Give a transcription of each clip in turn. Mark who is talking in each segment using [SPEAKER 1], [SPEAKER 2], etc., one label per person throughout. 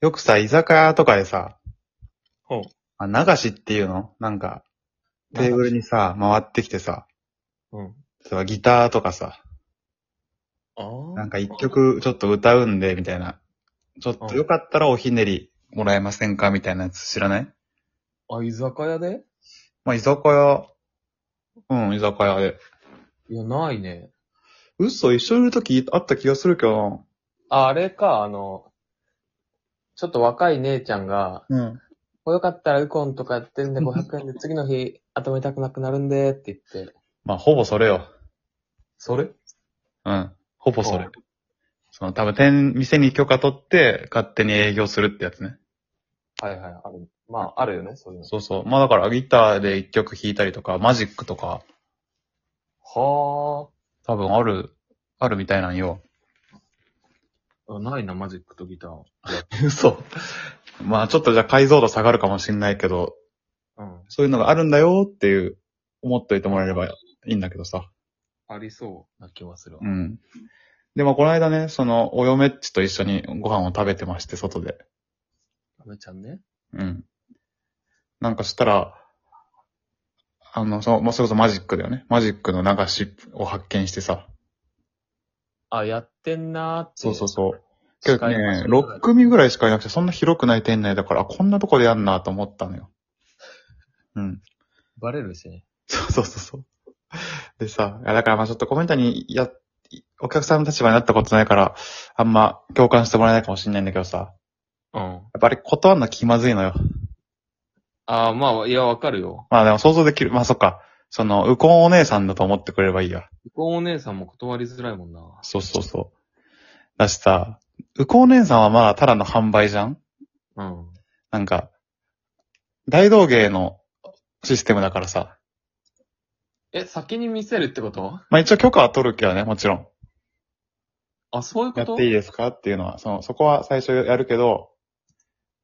[SPEAKER 1] よくさ、居酒屋とかでさ、
[SPEAKER 2] ほう。
[SPEAKER 1] あ流しっていうのなんか、テーブルにさ、回ってきてさ、
[SPEAKER 2] うん。
[SPEAKER 1] 例えばギターとかさ、
[SPEAKER 2] ああ。
[SPEAKER 1] なんか一。曲ちょっと歌うんで、みたいな。ちょっ
[SPEAKER 2] う
[SPEAKER 1] と
[SPEAKER 2] ん
[SPEAKER 1] よかったらおひねりもらえませんかみたいなやつ知らない
[SPEAKER 2] あ、居酒屋で
[SPEAKER 1] まあ、居酒屋、うん、居酒屋で。
[SPEAKER 2] いや、ないね。
[SPEAKER 1] 嘘、一緒にいる時あった気がするけど
[SPEAKER 2] あ、あれか、あの、ちょっと若い姉ちゃんが、
[SPEAKER 1] な。うん。
[SPEAKER 2] これよかったらウコンとかやってるんで500円で次の日、頭痛くなくなるんで、って言って。
[SPEAKER 1] まあ、ほぼそれよ。
[SPEAKER 2] それ
[SPEAKER 1] うん。ほぼそれ
[SPEAKER 2] うん。
[SPEAKER 1] その、多分店、店に許可取って、勝手に営業するってやつね。
[SPEAKER 2] はいはい、ある。まあ、あるよね、そういう
[SPEAKER 1] そうそう。まあだから、ギターで一曲弾いたりとか、マジックとか、
[SPEAKER 2] の。は
[SPEAKER 1] 多分ある、あるみたいなんよ。
[SPEAKER 2] あ。あないな、マジックとギター。
[SPEAKER 1] 嘘。まあちょっとじゃあ解像度下がるかもしんないけど、
[SPEAKER 2] うん。
[SPEAKER 1] そういうのがあるんだよっていう、思っといてもらえればいいんだけどさ。
[SPEAKER 2] ありそうな気はする。
[SPEAKER 1] うん。で、まあこの間ね、その、お嫁っちと一緒にご飯を食べてまして、外で。
[SPEAKER 2] あめちゃんね。
[SPEAKER 1] うん。なんかしたら、あの、そう、まあ、それこそマジックだよね。マジックの流しを発見してさ。
[SPEAKER 2] あ、やってんなーって。
[SPEAKER 1] そうそうそう。けど
[SPEAKER 2] 視界が
[SPEAKER 1] ね
[SPEAKER 2] そ、うだ
[SPEAKER 1] 6組ぐらいしかいなくて、そんな広くない店内だから、あこんなとこでやんなと思ったのよ。うん。
[SPEAKER 2] バレるしね。
[SPEAKER 1] そうそうそうそう。でさ、いやだからまあちょっとコメントに、や、お客さんの立場になったことないから、あんま共感してもらえないかもしんないんだけどさ、や
[SPEAKER 2] うん。
[SPEAKER 1] っぱり断んの気まずいのよ。
[SPEAKER 2] ああ、まあ、いや、わかるよ。
[SPEAKER 1] まあでも想像できる。まあそっか。その、ウコンお姉さんだと思ってくれればいいや。
[SPEAKER 2] 向こうお姉さんも断りづらいもんな。
[SPEAKER 1] そうそうそう。だしさ、ウコンお姉さんはまあただの販売じゃん
[SPEAKER 2] うん。
[SPEAKER 1] なんか、大道芸のシステムだからさ。
[SPEAKER 2] え、先に見せるってこと
[SPEAKER 1] まあ一応許可は取るけどね、もちろん。
[SPEAKER 2] あ、そういうこ
[SPEAKER 1] やっ
[SPEAKER 2] と
[SPEAKER 1] ていいですかっていうのは、その、そこは最初やるけど、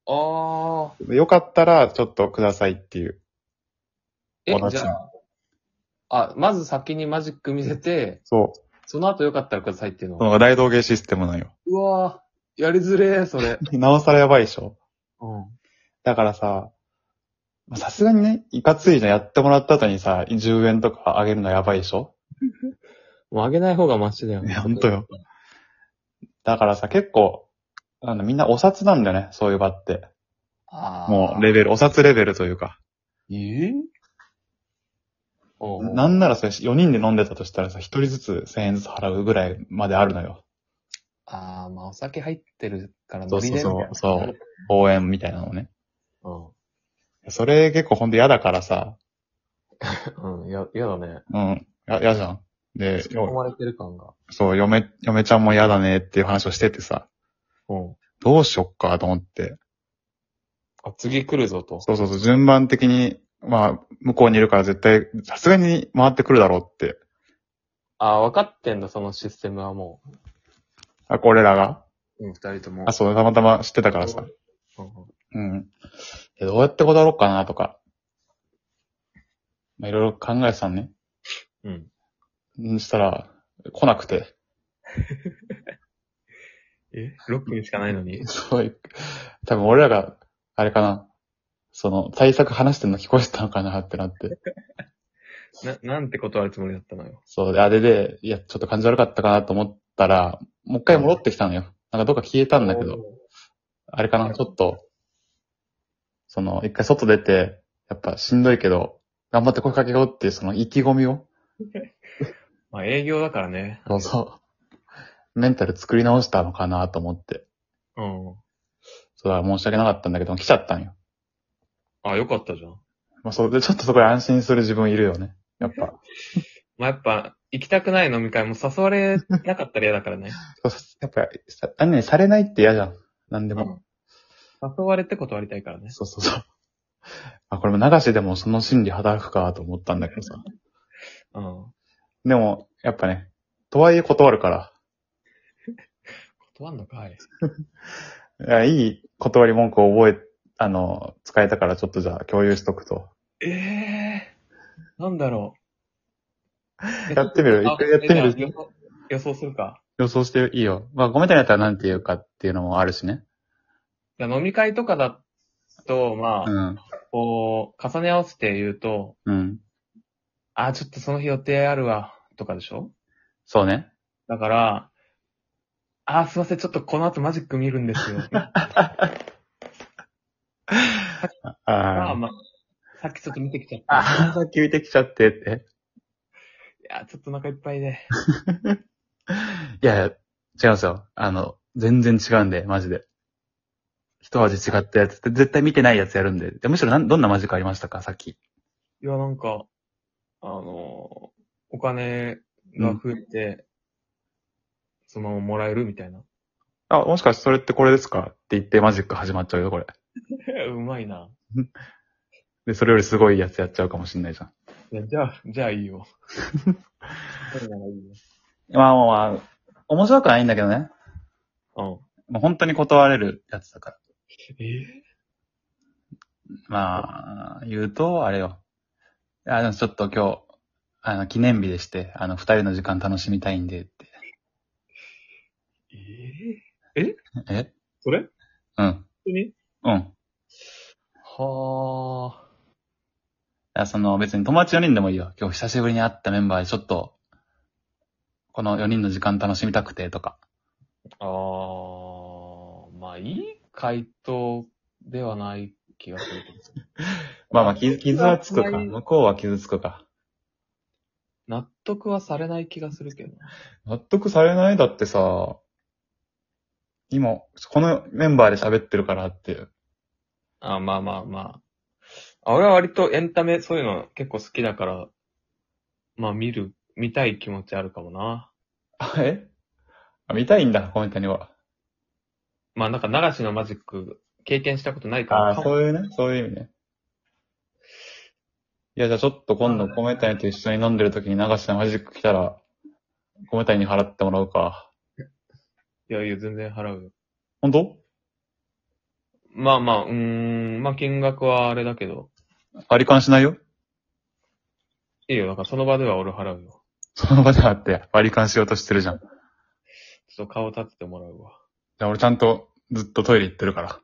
[SPEAKER 2] ああ。
[SPEAKER 1] よかったらちょっとくださいっていう。
[SPEAKER 2] え
[SPEAKER 1] 同、じ
[SPEAKER 2] じゃあ、あ、まず先にマジック見せて、
[SPEAKER 1] そ
[SPEAKER 2] その後よかったらくださいっていう
[SPEAKER 1] う。
[SPEAKER 2] の
[SPEAKER 1] そ。の大道芸システムなんよ。
[SPEAKER 2] うわーやりづれー、そ れ。
[SPEAKER 1] なおさらやばいでしょ。
[SPEAKER 2] うん。
[SPEAKER 1] だからさ、まあさすがにね、いかついじゃんやってもらった後にさ、10円とかあげるのやばいでしょ
[SPEAKER 2] もうあげない方がマシだよ
[SPEAKER 1] いやほんとよ。だからさ、結構、あの、みんなお札なんだよね、そういう場って。
[SPEAKER 2] ああ。
[SPEAKER 1] もう、レベル、お札レベルというか。
[SPEAKER 2] えー、おうおう
[SPEAKER 1] なんならそれ4人で飲んでたとしたらさ、1人ずつ1000円ずつ払うぐらいまであるのよ。
[SPEAKER 2] ああ、まあ、お酒入ってるから
[SPEAKER 1] そ
[SPEAKER 2] ノ
[SPEAKER 1] う
[SPEAKER 2] リ
[SPEAKER 1] そう
[SPEAKER 2] で
[SPEAKER 1] そ。
[SPEAKER 2] みたいうな
[SPEAKER 1] そう。応援みたいなのね。
[SPEAKER 2] う
[SPEAKER 1] それ結構ほんと嫌だからさ、
[SPEAKER 2] ん。うん、や、やだね。
[SPEAKER 1] うん、や嫌じゃん。で、
[SPEAKER 2] 囲
[SPEAKER 1] よ
[SPEAKER 2] まれてる感が。
[SPEAKER 1] そう、嫁、嫁ちゃんも嫌だねっていう話をしててさ、
[SPEAKER 2] うん。
[SPEAKER 1] どうしよっかと思って。
[SPEAKER 2] あ、次来るぞと。
[SPEAKER 1] そうそうそう、順番的に、まあ、向こうにいるから絶対、さすがに回ってくるだろうって。
[SPEAKER 2] あ、分かってんだ、そのシステムはも
[SPEAKER 1] あ、俺らが。
[SPEAKER 2] う。うん、二人とも。
[SPEAKER 1] あ、そう、たまたま知ってたからさ。
[SPEAKER 2] うんうん。
[SPEAKER 1] うん。でどうやって断ろうかなとか。まあ、いろいろ考えてたのね。
[SPEAKER 2] うん。
[SPEAKER 1] んしたら、来なくて。
[SPEAKER 2] え ?6 分しかないのに。
[SPEAKER 1] そう、多分俺らが、あれかな。その、対策話してんの聞こえてたのかなってなって。
[SPEAKER 2] な、なんて断るつもりだったのよ。
[SPEAKER 1] そう、であれで、いや、ちょっと感じ悪かったかなと思ったら、もう一回戻ってきたのよ。なんかどっか消えたんだけど、。あれかな、ちょっと、その、一回外出て、やっぱしんどいけど、頑張って声かけようっていう、その意気込みを、
[SPEAKER 2] まあ、営業だからね。
[SPEAKER 1] そうそう、メンタル作り直したのかなと思って。
[SPEAKER 2] うん。
[SPEAKER 1] そうだ、申し訳なかったんだけど、来ちゃったんよ。
[SPEAKER 2] あ、よかったじゃん。
[SPEAKER 1] まあ、そうで、ちょっとそこで安心する自分いるよね。やっぱ。
[SPEAKER 2] まあ、やっぱ、行きたくない飲み会も誘われなかったら嫌だからね。
[SPEAKER 1] そうやっぱ、さ何々されないって嫌じゃん。何でも。
[SPEAKER 2] うん誘われて断りたいからね。
[SPEAKER 1] そうそうそう。あ、これも流しでもその心理働くかと思ったんだけどさ。
[SPEAKER 2] うん。
[SPEAKER 1] でも、やっぱね、とはいえ断るから。
[SPEAKER 2] 断んのかい。
[SPEAKER 1] いや、いい断り文句を覚え、あの、使えたからちょっとじゃあ共有しとくと。
[SPEAKER 2] ええー。なんだろう。
[SPEAKER 1] やってみる
[SPEAKER 2] あ
[SPEAKER 1] 一回やってみ
[SPEAKER 2] えじゃあ
[SPEAKER 1] る
[SPEAKER 2] 予想予想するか。
[SPEAKER 1] 予想していいよ。まあ、ごめんなさいやったらなんて言うかっていうのもあるしね。
[SPEAKER 2] や飲み会とかだと、まあ、
[SPEAKER 1] うん。
[SPEAKER 2] こう、重ね合わせて言うと、
[SPEAKER 1] うん。
[SPEAKER 2] あ、ちょっとその日予定あるわ、とかでしょ
[SPEAKER 1] そうね。
[SPEAKER 2] だから、あ、すいません、ちょっとこの後マジック見るんです よ。まあ
[SPEAKER 1] あ
[SPEAKER 2] まあ、さっきちょっと見てきちゃっ
[SPEAKER 1] あ。
[SPEAKER 2] た。
[SPEAKER 1] ああ、さっき見てきちゃってって。
[SPEAKER 2] いや、ちょっとお腹いっぱいで。
[SPEAKER 1] いやいや、違うんですよ。あの、全然違うんで、マジで。一味違ったやつって、絶対見てないやつやるんで。でむしろなん、どんなマジックありましたか、さっき。
[SPEAKER 2] いや、なんか、あの、お金が増えて、そのままもらえるみたいな。
[SPEAKER 1] あ、もしかしてそれってこれですかって言ってマジック始まっちゃうよ、これ。
[SPEAKER 2] うまいな。
[SPEAKER 1] で、それよりすごいやつやっちゃうかもしんないじゃん。
[SPEAKER 2] いやじゃあ、じゃあいい よ。そうならいいよ
[SPEAKER 1] まあまあまあ、面白くはないんだけどね。
[SPEAKER 2] うん。
[SPEAKER 1] もう本当に断れるやつだから。
[SPEAKER 2] え
[SPEAKER 1] まあ、言うと、あれよ。あの、ちょっと今日、あの、記念日でして、あの、二人の時間楽しみたいんでって。
[SPEAKER 2] え
[SPEAKER 1] え
[SPEAKER 2] それ本
[SPEAKER 1] うん。
[SPEAKER 2] 当に
[SPEAKER 1] うん。
[SPEAKER 2] はあ。
[SPEAKER 1] いや、その別に友達4人でもいいよ。今日久しぶりに会ったメンバーでちょっと、この4人の時間楽しみたくてとか。
[SPEAKER 2] あー、まあ、いい回答ではない気がするけど。
[SPEAKER 1] まあまあ、傷傷はつく
[SPEAKER 2] あ
[SPEAKER 1] か。
[SPEAKER 2] んまり
[SPEAKER 1] 向こうは傷つくか。
[SPEAKER 2] 納得はされない気がするけど。
[SPEAKER 1] 納得されないだってさ、今、このメンバーで喋ってるからって。
[SPEAKER 2] あまあまあまあ。あ俺は割とエンタメ、そういうの結構好きだから、まあ見る、見たい気持ちあるかもな。
[SPEAKER 1] あ えあ見たいんだ、コメントには。
[SPEAKER 2] まあなんか、流しのマジック、経験したことないから
[SPEAKER 1] あ
[SPEAKER 2] か
[SPEAKER 1] あ、
[SPEAKER 2] も。
[SPEAKER 1] そういうね、そういう意味ね。いや、じゃあちょっと今度、コメタニと一緒に飲んでる時に流したマジック来たら、コメタニに払ってもらおうか。
[SPEAKER 2] いやいや、全然払うよ。
[SPEAKER 1] 本当
[SPEAKER 2] まあまあ、うーん、まあ金額はあれだけど、
[SPEAKER 1] 割り勘しないよ
[SPEAKER 2] いいよ、なんかその場では俺払うよ。
[SPEAKER 1] その場であって割り勘しようとしてるじゃん。じ
[SPEAKER 2] ちょっと顔立ててもらうわ。
[SPEAKER 1] ゃあ俺ちゃんとずっとトイレ行ってるから。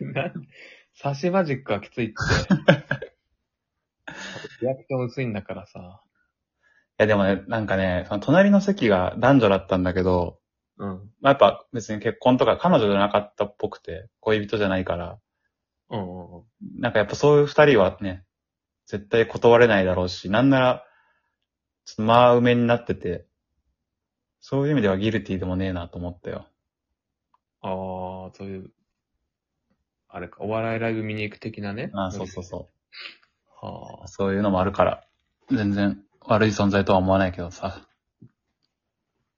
[SPEAKER 2] なん差しマジックはき ついって。リアクション薄いんだからさ。
[SPEAKER 1] いやでもね、なんかね、その隣の席が男女だったんだけど、
[SPEAKER 2] うん。
[SPEAKER 1] まあ、やっぱ別に結婚とか彼女じゃなかったっぽくて、恋人じゃないから、
[SPEAKER 2] うんうんうん。
[SPEAKER 1] なんかやっぱそういう二人はね、絶対断れないだろうし、なんなら、ちょっと真埋めになってて、そういう意味ではギルティーでもねえなと思ったよ。
[SPEAKER 2] ああ、そういう、あれか、お笑いライブ見に行く的なね。
[SPEAKER 1] ああ、そうそうそう。
[SPEAKER 2] う。はあ。
[SPEAKER 1] そういうのもあるから、全然悪い存在とは思わないけどさ。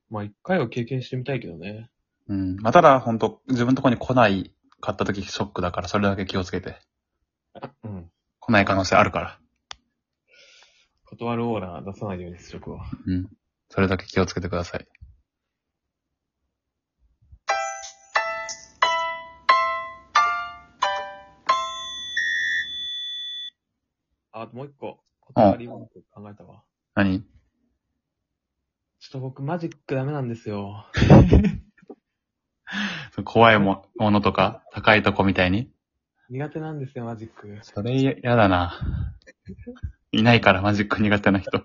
[SPEAKER 2] まあ、一回は経験してみたいけどね。
[SPEAKER 1] うん。まあ、ただ、本当自分のとこに来ない、買った時ショックだから、それだけ気をつけて。
[SPEAKER 2] うん。
[SPEAKER 1] 来ない可能性あるから。
[SPEAKER 2] 断るオーラ出さないようにしとくわ。
[SPEAKER 1] うん。それだけ気をつけてください。
[SPEAKER 2] あ、あともう一個、断り文句考えたわ。
[SPEAKER 1] 何
[SPEAKER 2] ちょっと僕マジックダメなんですよ。
[SPEAKER 1] 怖いもものとか、高いとこみたいに
[SPEAKER 2] 苦手なんですよ、マジック。
[SPEAKER 1] それ嫌だな。いないから、マジック苦手な人。